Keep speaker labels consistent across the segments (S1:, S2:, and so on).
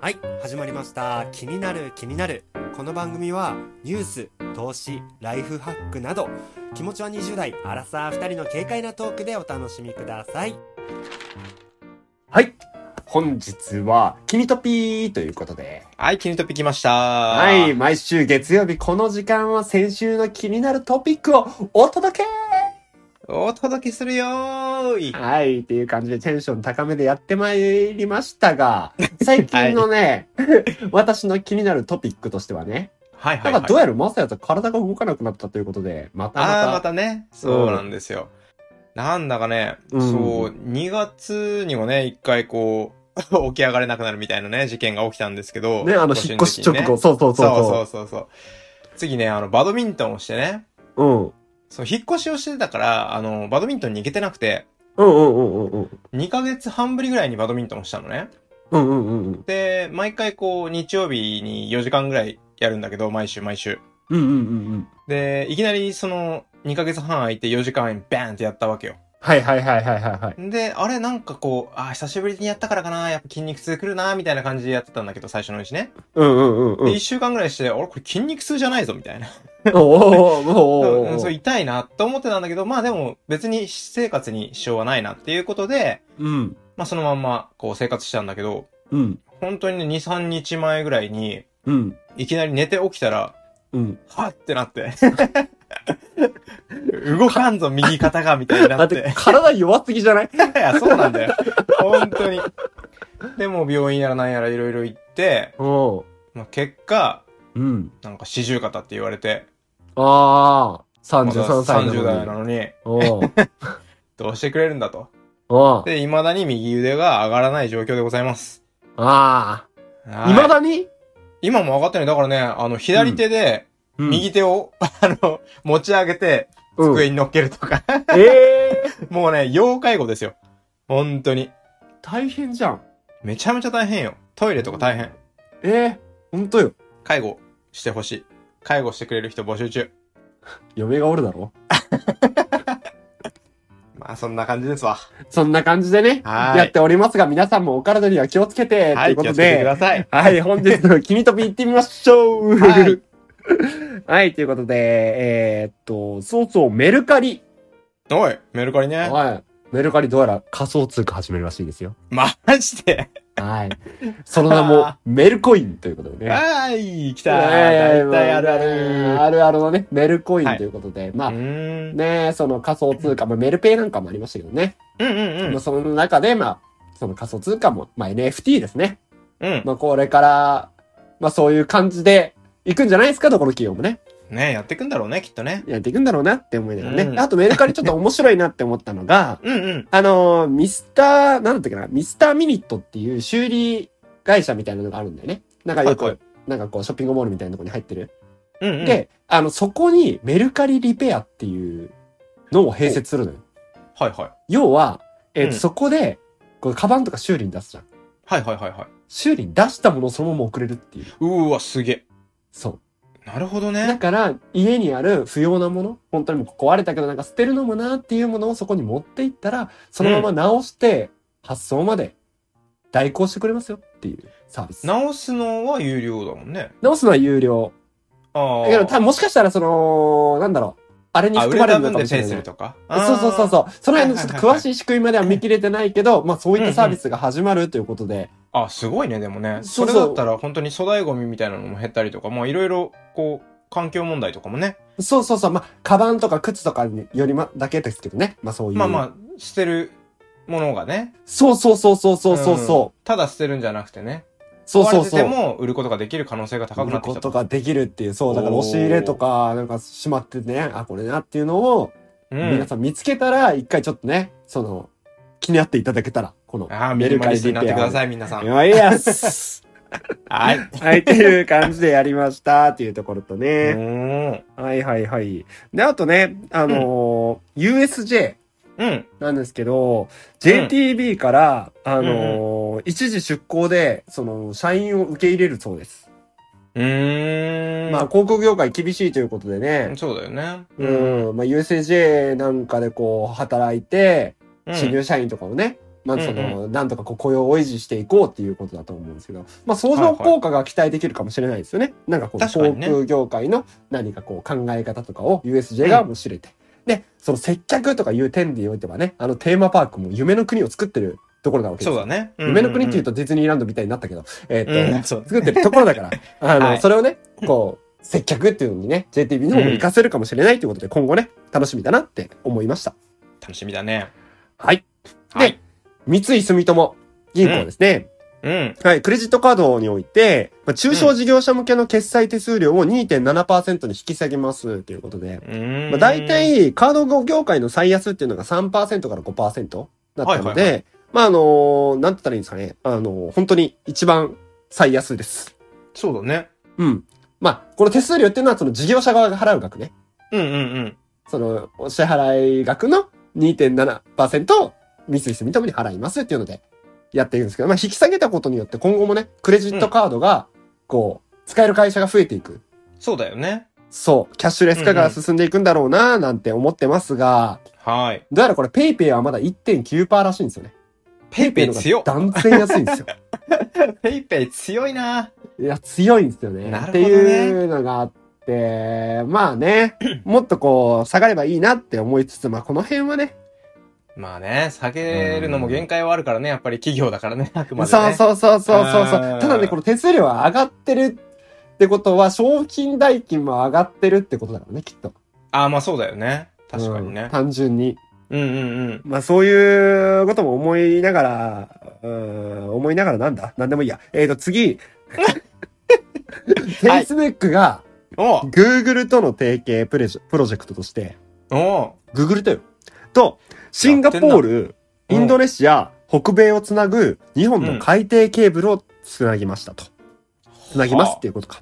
S1: はい始まりました気になる気になるこの番組はニュース投資ライフハックなど気持ちは20代アラサー2人の軽快なトークでお楽しみください
S2: はい。本日は、君とぴーということで。
S3: はい、キニトピ来ました。
S2: はい。
S3: は
S2: 毎週月曜日この時間は先週の気になるトピックをお届け
S3: お届けするよーい。
S2: はい。っていう感じでテンション高めでやってまいりましたが、最近のね、 私の気になるトピックとしてはね、
S3: はい
S2: なんかどうやらマサヤと体が動かなくなったということで、またま
S3: あ
S2: た
S3: あ、またね。そうなんですよ。なんだかね、
S2: うん
S3: そう、2月にもね、一回こう、 起き上がれなくなるみたいなね、事件が起きたんですけど。
S2: ね、あの、
S3: 個人
S2: 引っ
S3: 的
S2: 越し
S3: にね
S2: 直後、そうそうそう
S3: そ
S2: そ
S3: うそうそうそう。次ね、あの、バドミントンをしてね。
S2: う。うん。
S3: そう、引っ越しをしてたから、あの、バドミントンに行けてなくて、
S2: うんうんうんうんうん。
S3: 2ヶ月半ぶりぐらいにバドミントンをしたのね。
S2: うんうんうんうん。
S3: で、毎回こう、日曜日に4時間ぐらいやるんだけど、毎週毎週。
S2: うんうんうんうん。
S3: で、いきなりその2ヶ月半空いて4時間バーンってやったわけよ。
S2: はいはいはいはいはいはい。
S3: で、あれなんかこう、あー、久しぶりにやったからかな、やっぱ筋肉痛くるな、みたいな感じでやってたんだけど、最初のうちね。
S2: うんうんうんう
S3: で、
S2: ん
S3: 1。週間ぐらいして、俺これ筋肉痛じゃないぞ、みたいな。
S2: おーおーおーおー
S3: うんそう痛いなって思ってたんだけど、まあでも別に私生活に支障はないなっていうことで、
S2: うん。
S3: まあそのまんまこう生活してたんだけど、
S2: うん。
S3: 本当にね、2、3日前ぐらいに、
S2: うん。
S3: いきなり寝て起きたら、
S2: うん。
S3: はっって なって。動かんぞ、右肩が、みたいに
S2: だ
S3: な っ
S2: ってて。体弱すぎじゃ ない
S3: いや、そうなんだよ。本当に。でも、病院やらなんやらいろいろ行って、
S2: おう。
S3: まあ、結果、
S2: うん。
S3: なんか四十肩って言われて、
S2: ああ。33歳なの
S3: 三
S2: に。
S3: 十代なのに、
S2: おう。
S3: どうしてくれるんだと。
S2: おう。
S3: で、未だに右腕が上がらない状況でございます。
S2: ああ。
S3: はい
S2: 未だに
S3: 今も上がってない。だからね、あの、左手で、右手を、 あの、持ち上げて、
S2: うん。
S3: 机に乗っけるとか。
S2: ええー。
S3: もうね、要介護ですよ。本当に。
S2: 大変じゃん。
S3: めちゃめちゃ大変よ。トイレとか大変。
S2: ええー。ほんとよ。
S3: 介護してほしい。介護してくれる人募集中。
S2: 嫁がおるだろ。
S3: まあ、そんな感じですわ。
S2: そんな感じでね、
S3: はい
S2: やっておりますが、皆さんもお体には気をつけて、
S3: は
S2: とい
S3: い、
S2: うこ
S3: 気
S2: と
S3: をつけてく
S2: で。
S3: ださい。
S2: はい、本日 の君とび行ってみましょう。
S3: はい。
S2: はい、ということで、えーっと、そうそう、メルカリ。
S3: おい、メルカリね。
S2: はい。メルカリどうやら仮想通貨始めるらしいですよ。
S3: マジで。
S2: はい。その名も
S3: あ、
S2: メルコインということでね。
S3: はーい、来
S2: え
S3: た。
S2: ー
S3: 大体あるあ
S2: ま
S3: る。
S2: あるあるのね、メルコイ
S3: は
S2: ン
S3: い
S2: ということで、
S3: う
S2: まあ、
S3: ーん。
S2: ねその仮想通貨、まあ、メルペイなんかもありましたけどね。
S3: うんうんう
S2: まあ
S3: ん。
S2: その中で、まあ、その仮想通貨も、まあ、NFT ですね。
S3: うん。
S2: まあ、これから、まあ、そういう感じで、行くんじゃないですか、どこの企業もね。
S3: ねやってくんだろうね、きっとね。
S2: やっていくんだろうなって思いながらね。
S3: うん
S2: あとメルカリちょっと面白いなって思ったのが、
S3: うんうん。
S2: あのーミスター、なんだったっけな、ミスターミニットっていう修理会社みたいなのがあるんだよね。なんかよく、
S3: はいは
S2: なんかこう、ショッピングモールみたいなとこに入ってる。
S3: うんうん。、
S2: で、あの、そこにメルカリリペアっていうのを併設するのよ。
S3: はいはい。
S2: 要は、えーと
S3: うん
S2: そこで、こう、カバンとか修理に出すじゃん。
S3: はいはいはいはい。
S2: 修理に出したものをそのまま送れるっていう。
S3: うーわ、すげえ。
S2: そう。
S3: なるほど
S2: だ
S3: ね。
S2: から、家にある不要なもの、本当にもう壊れたけどなんか捨てるのもなっていうものをそこに持っていったら、そのまま直して、発送まで代行してくれますよっていうサービス。
S3: 直すのは有料だもんね。
S2: 直すのは有料。
S3: あ
S2: だ
S3: あ。
S2: けど、多分もしかしたらその、なんだろう、あれに
S3: あ、
S2: 含
S3: 売
S2: ま
S3: れ
S2: れ
S3: た
S2: るのか
S3: 分で
S2: もし
S3: ペ
S2: れ
S3: イ
S2: な
S3: す
S2: い
S3: る。とか。
S2: そうそうそう
S3: う。
S2: そう。その辺のちょっと詳しい仕組みまでは見切れてないけど、まあそういったサービスが始まるということで、
S3: あ、すごいね、でもね。
S2: そ
S3: そう
S2: そう
S3: れだったら本当に粗大ゴミみたいなのも減ったりとか、まあいろいろ、こう、環境問題とかもね。
S2: そうそうそう、まあ、カバンとか靴とかによりま、だけですけどね。まあそういう。
S3: まあまあ、捨てるものがね。
S2: そうそうそうそうそうそう
S3: うん
S2: そ
S3: ただ捨てるんじゃなくてね。
S2: う。そうそう
S3: 壊れて
S2: そう
S3: て。も売ることができる可能性が高くな
S2: 売
S3: って
S2: る
S3: き
S2: こ
S3: た
S2: と
S3: と。
S2: ができるっていう、そう、だから
S3: おー
S2: 押し入れとか、なんかしまってね、あ、これなっていうのを、
S3: う
S2: 皆
S3: ん。
S2: さん見つけたら、一回ちょっとね、その、気になっていただけたら、この、
S3: ああ、ミニマリストになってくだ
S2: い。
S3: さい、皆さん。
S2: やいやっす。
S3: はい。
S2: はい、っていう感じでやりました、っていうところと
S3: う
S2: ね。
S3: ーん。
S2: はいはいはい。で、あとね、あのー USJ
S3: うん。
S2: なんですけど、JTB から、あのー一時出向で、その、社員を受け入れるそうです。
S3: うーん。
S2: まあ、広告業界厳しいということでね、
S3: そうだよね。
S2: うん、まあ、USJ なんかでこう、働いて、
S3: うん
S2: 新入社員とかをね、まあ、その、なんとかこう雇用を維持していこうっていうことだと思うんですけど、まあ、相乗効果が期待できるかもしれないですよね。なんかこう、
S3: 確
S2: 航
S3: かにね
S2: 空業界の何かこう考え方とかを USJ がもう知れて。で、その接客とかいう点でおいてはね、あのテーマパークも夢の国を作ってるところなわけです
S3: そう
S2: よ。
S3: だね。
S2: 夢の国っていう
S3: と、
S2: とディズニーランドみたいになったけど、えーっと、
S3: うんそう
S2: 作ってるところだから、あの、
S3: はい
S2: それをね、こう、接客っていうのにね、JTB の方も活かせるかもしれないということで、今後ね、楽しみだなって思いました。
S3: 楽しみだね。
S2: はい。で、
S3: はい
S2: 三井住友銀行ですね。
S3: うん。
S2: はい、クレジットカードにおいて、まあ、中小事業者向けの決済手数料を2.7%に引き下げますということで、
S3: うーん。
S2: まあ、大、体、カード業界の最安っていうのが3%から5%だったので、
S3: はいは
S2: まあ、あのーなんて言ったらいいんですかね。あのー本当に一番最安です。
S3: そうだね。
S2: うん。まあ、この手数料っていうのは、その事業者側が払う額ね。
S3: うんうん
S2: その、お支払い額の2.7%を三井住友に払いますっていうので、やっているんですけど、まあ、引き下げたことによって今後もね、クレジットカードが、こう、使える会社が増えていく。
S3: うん。そうだよね。
S2: そう、キャッシュレス化が進んでいくんだろうな、なんて思ってますが、
S3: はい。
S2: どうやらこれ、ペイペイはまだ1.9%らしいんですよね。
S3: ペイペイ強っ
S2: ペイペイの方が断然安いんですよ。
S3: ペイペイ強いな。
S2: いや、強いんですよね。
S3: なるほ
S2: っ
S3: ど
S2: て
S3: ね
S2: いうのがあって、まあ ね、もっとこう、下がればいいなって思いつつ、まあこの辺はね、
S3: まあね、下げるのも限界はあるからね、やっぱり企業だか らね、あくまで
S2: そう
S3: ね。う
S2: そうそうそうそうそう。
S3: うん
S2: ただね、この手数料は上がってるってことは、賞金代金も上がってるってことだからね、きっと。
S3: ああ、まあそうだよね。確かに
S2: うん
S3: ね。
S2: 単純に。
S3: うんうんうん。
S2: まあそういうことも思いながら、うん、思いながらなんだなんでもいいや。えっ、と、 次。Facebook が
S3: おう
S2: Google との提携プレジプロジェクトとして、
S3: おう
S2: Google とよ。と、シンガポール、
S3: うん
S2: インドネシア、北米をつなぐ2本の海底ケーブルをつなぎましたと。つなぎますっていうことか。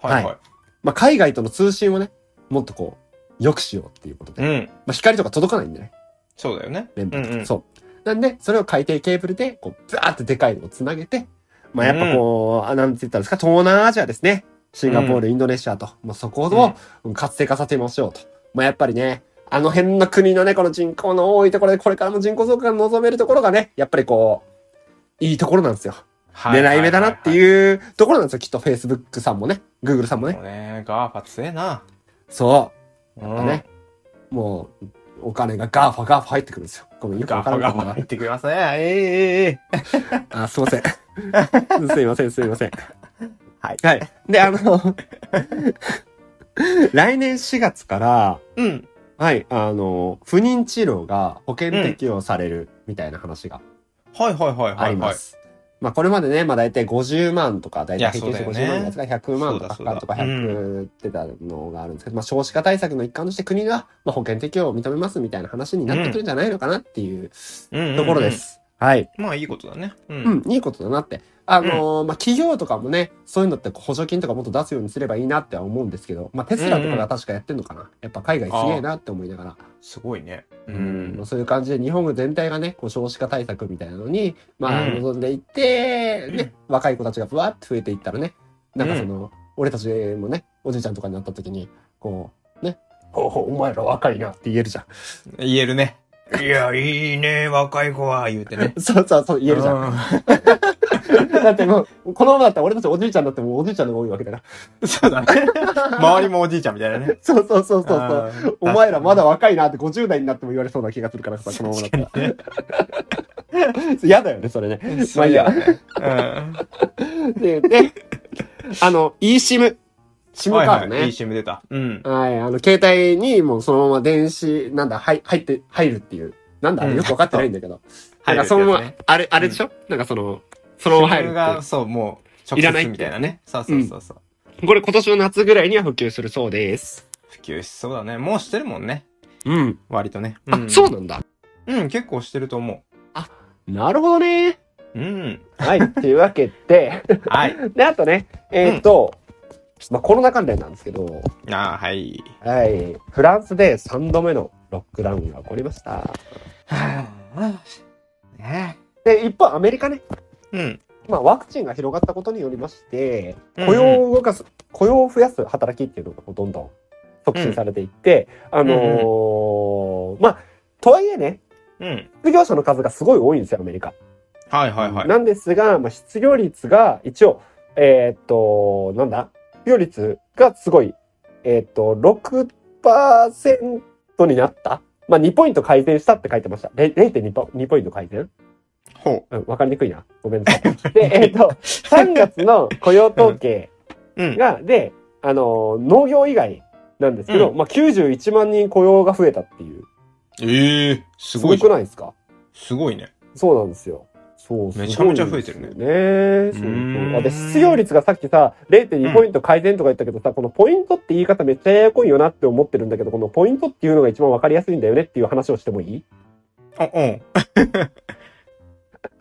S3: はいはい。
S2: まあ、海外との通信をね、もっとこう、良くしようっていうことで。
S3: う
S2: ま
S3: ん。
S2: あ、光とか届かないんでね、
S3: そうだよね。
S2: 連
S3: うん
S2: 邦とか。
S3: うん
S2: そう。なんで、それを海底ケーブルで、こう、ザーってでかいのをつなげて、まあ、やっぱこう、あなんて言ったんですか、東南アジアですね。シンガポール、インドネシアと、もうそこを活性化させましょうと。まあ、やっぱりね、あの辺の国のね、この人口の多いところで、これからも人口増加が望めるところがね、やっぱりこう、いいところなんですよ。狙い目だなって
S3: う。
S2: いうところなんですよ。きっと Facebook さんもね、Google さんも
S3: そう
S2: ね。
S3: ね、ガーファ強えな。
S2: そう。
S3: う
S2: やっぱ
S3: ん。
S2: ね、もう、お金がガーファガーファ入ってくるんですよ。ごめん、よくわ
S3: ガー
S2: か
S3: フ
S2: ら
S3: ァ
S2: な
S3: ガ
S2: か
S3: ーファ
S2: っ
S3: 入ってくれますね。えええええ
S2: た。あ、すい ません。すいません、すいません。
S3: はい。
S2: はい。で、あの、来年4月から、
S3: えうん。
S2: はい、あの、不妊治療が保険適用されるみたいな話が
S3: はいはいはい
S2: あ
S3: は
S2: り
S3: い
S2: ま
S3: はい。
S2: す。まあこれまでね、まあ大体50万とか、大
S3: い
S2: 体
S3: や
S2: 平均して
S3: そうだ
S2: 50
S3: よ
S2: 万の
S3: ね
S2: やつが100万とか
S3: そ
S2: か
S3: う
S2: かる
S3: だ
S2: とか
S3: そうだ
S2: 100ってたのがあるんですけど、まあ少子化対策の一環として国がまあ保険適用を認めますみたいな話になってくるんじゃないのかなっていう
S3: うんうんうん
S2: ところで。す。はい。
S3: まあいいことだね。う。
S2: うんん、いいことだなって。あのーまあ、企業とかもね、そういうのってこう補助金とかもっと出すようにすればいいなっては思うんですけど、まあ、テスラとかが確かやってんのかな。やっぱ海外すげえなって思いながら、
S3: すごいね。う
S2: うんま
S3: ん
S2: あ。そういう感じで日本全体がね、こう少子化対策みたいなのに、まあ、
S3: うん
S2: 望んでいって、ね、若い子たちがぶわっと増えていったらね、なんかその、俺たちもね、おじいちゃんとかになった時に、こう、ね、おおお前ら若いなって言えるじゃん。。
S3: 言えるね。いや、いいね、若い子は、言うてね
S2: そうそうそう、言えるじゃん。
S3: う
S2: だってもう、このままだったら俺たちおじいちゃんだってもうおじいちゃんの方が多いわけだな。
S3: ん そうだね。周りもおじいちゃんみたいなね。
S2: そうそうそうそうそう。
S3: そう
S2: お前らまだ若いなって50代になっても言われそうな気がするからさ、このままだったら。 嫌だよね、それね。ま
S3: そ
S2: あいい
S3: り
S2: や
S3: ゃ。うん。
S2: で、で、あの、eSIM、SIM カードね。
S3: はいはい、いい CM 出た。うん。
S2: はい、あの、携帯にもうそのまま電子、なんだ、はい、入って、入るっていう。なんだ、あれ
S3: うん
S2: よくわかってないんだけ ど。なんか
S3: 入るってやつ
S2: そのまま
S3: ね、
S2: あれ、あれでしょ、なんかその、そのまま入るっ
S3: 自分
S2: ていう
S3: が、そう、もう、
S2: いら
S3: 直
S2: ないっ
S3: 接
S2: て
S3: みたいなね。そうそうそうそう。
S2: これ今年の夏ぐらいには普及するそうです。
S3: 普及しそうだね。もうしてるもんね。
S2: うん。
S3: 割とね。
S2: あ、
S3: ん
S2: そうなんだ。
S3: うん、結構してると思
S2: なるほどね。
S3: う。うん。
S2: はい、っていうわけで、
S3: はい。
S2: で、あとね、えーっと、まあコロナ関連なんですけど、
S3: ああ、はい。
S2: はい、フランスで3度目のロックダウンが起こりました。
S3: はあ。ね
S2: で、一方アメリカね、
S3: うん。
S2: まあワクチンが広がったことによりまして、
S3: うん
S2: 雇用を動かす、雇用を増やす働きっていうのがこうどんどん促進されていって、あのーまあ、とはいえね、
S3: うん。
S2: 失業者の数がすごい多いんですよ、アメリカ。
S3: はいはいはい。
S2: なんですが、まあ、失業率が一応、えーっと、なんだ失業率がすごい、えーっと、6%になった。まあ、2ポイント改善したって書いてました。れ0.2ポ2ポイント改善
S3: ほ
S2: うん、わかりにくいな。ごめんなさ い。で、えーっと、3月の雇用統計
S3: う。うん。
S2: が、で、あのー、農業以外なんですけど、
S3: う
S2: まあ、91万人雇用が増えたっていう。
S3: ええ
S2: す
S3: すご
S2: ご
S3: いじ
S2: く
S3: ゃん。
S2: ないですか
S3: すごいね。
S2: そうなんですよ。そう
S3: めちゃめちゃ増えてるね
S2: すごいんですよねそう
S3: う
S2: そ
S3: ー
S2: う。
S3: ん
S2: あで、失業率がさっきさ、0.2ポイント改善とか言ったけどさ、このポイントって言い方めっちゃややこいよなって思ってるんだけど、このポイントっていうのが一番わかりやすいんだよねっていう話をしてもいい
S3: あ、うん。
S2: こ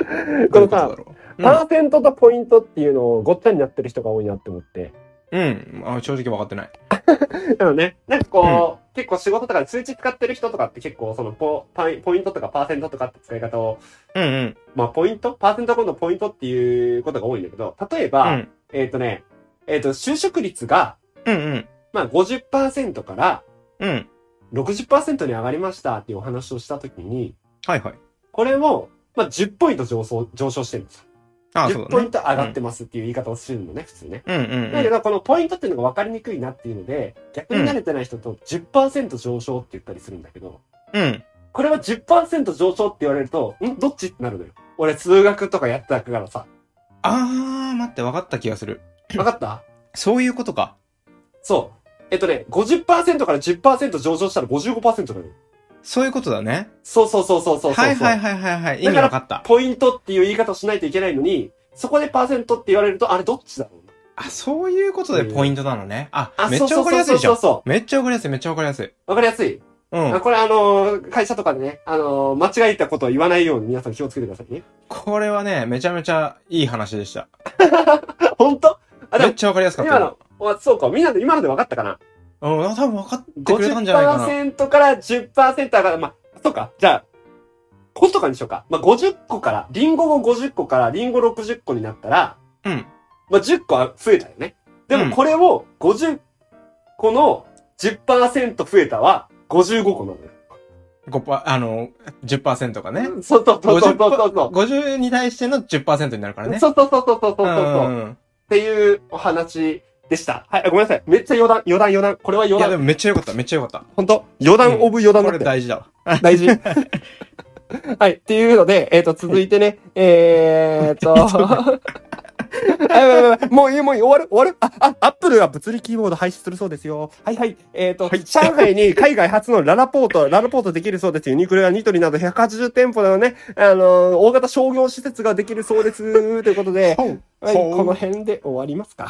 S2: のさ
S3: どういう、こと
S2: パ
S3: だろ
S2: ーセントとポイントっていうのをごっちゃになってる人が多いなって思って。
S3: う。うん。うん。あ、正直分かってない。
S2: なのね、なんかこう、結構仕事とかで数値使ってる人とかって結構そのポパイポイントとかパーセントとかって使い方を、
S3: うんうん。
S2: まあポイントパーセント今度ポイントっていうことが多いんだけど、例えば、
S3: うん。
S2: えっ、とね、えっ、と、就職率が、
S3: うんうん。
S2: まあ50%から
S3: うん。
S2: 60%に上がりましたっていうお話をしたときに、
S3: はいはい。
S2: これも、まあ10ポイント上昇、上昇してるんですよ。
S3: あ、そう
S2: 10ポ
S3: だ
S2: イ
S3: ね
S2: ン。ト上がってますっていう言い方をするのね、普通ね。
S3: うんうん
S2: だけど、このポイントっていうのが分かりにくいなっていうので、逆に慣れてない人と10%上昇って言ったりするんだけど、
S3: うん。うん。
S2: これは10%上昇って言われると、んどっちってなるのよ。俺数学とかやってたからさ。
S3: あー、待って、分かった気がする。
S2: 分か った
S3: そういうことか。
S2: そう。えっとね、50%から10%上昇したら55%なのよ。
S3: そういうことだね。
S2: そうそうそうそうそうそう。
S3: はいはいはいはいはい。意
S2: だ
S3: 味
S2: から
S3: 分かった。
S2: ポイントっていう言い方をしないといけないのに、そこでパーセントって言われると、あれどっちだろうな
S3: あ、そういうことでポイントなのね。あ、
S2: あ、
S3: めっちゃ分かりやすいじゃ。
S2: そうんそうそうそう
S3: めっちゃ分かりやすい、めっちゃ分かりやすい。
S2: そう。わかりやすい。
S3: うん
S2: あ。これあのー会社とかでね、あのー間違えたことを言わないように皆さん気をつけてくださいね。
S3: これはね、めちゃめちゃいい話でした。
S2: 本当あ、で
S3: めっ
S2: も、
S3: ちゃわかりやすかった。
S2: 今の、あそうか、みんなで今ので分かったかな。
S3: うん、多分分かってくれたんじゃないかな。
S2: 50%から10%上がる。まあ、そうか。じゃあ、個とかにしようか。まあ、50個から、リンゴを50個から、リンゴ60個になったら、
S3: うん。
S2: まあ、10個は増えたよね。で
S3: うん
S2: もこれを50個の10%増えたは55個なのよ。
S3: 5パー、あの、10%がね。
S2: そうそうそうそう
S3: 50
S2: そうそうそう。
S3: 50に対しての10%になるからね。
S2: そうそうそうそうそうそううそう。っ
S3: ん
S2: ていうお話でした。はい、ごめんなさい。めっちゃ余談、余談、余談。これは余
S3: いや、で
S2: 談。
S3: もめっちゃよかった、めっちゃよかっ
S2: 本当余談オブ余
S3: た。
S2: 談
S3: こ
S2: だ
S3: れ
S2: って。
S3: 大事だわ。
S2: 大事。はい。っていうので、えっ、と、続いてね、えーっと、あやばいやばいやばい もういい、もういい、終わる、終わる。あ、あ、アップルは物理キーボード廃止するそうですよ。はいはい。えーっ、と、上海に海外初のララポート、ララポートできるそうですよ。ユニクロやニトリなど180店舗のね、あのー大型商業施設ができるそうです。ということで、はい、
S3: ほう
S2: この辺で終わりますか。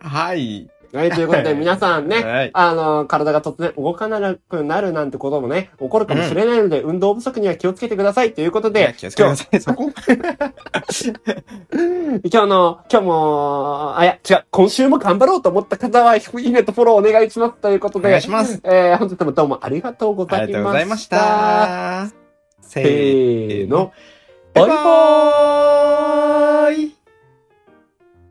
S3: はい。
S2: はい、という ことで皆さんね、
S3: はい
S2: あの、体が突然動かなくなるなんてこともね、起こるかもしれないので、運動不足には気をつけてくださいということ
S3: いや
S2: で、
S3: 気
S2: 今
S3: を
S2: 日
S3: つけてください、そこ。
S2: 今日の、今日も、あ、いや、違う、今週も頑張ろうと思った方は、いいねとフォローお願いしますということ
S3: お
S2: で、
S3: 願いします。
S2: えー本日もどうもありがとうござ
S3: あ
S2: いました。
S3: りがとうございまし。た。
S2: せーの、
S3: バイバーイ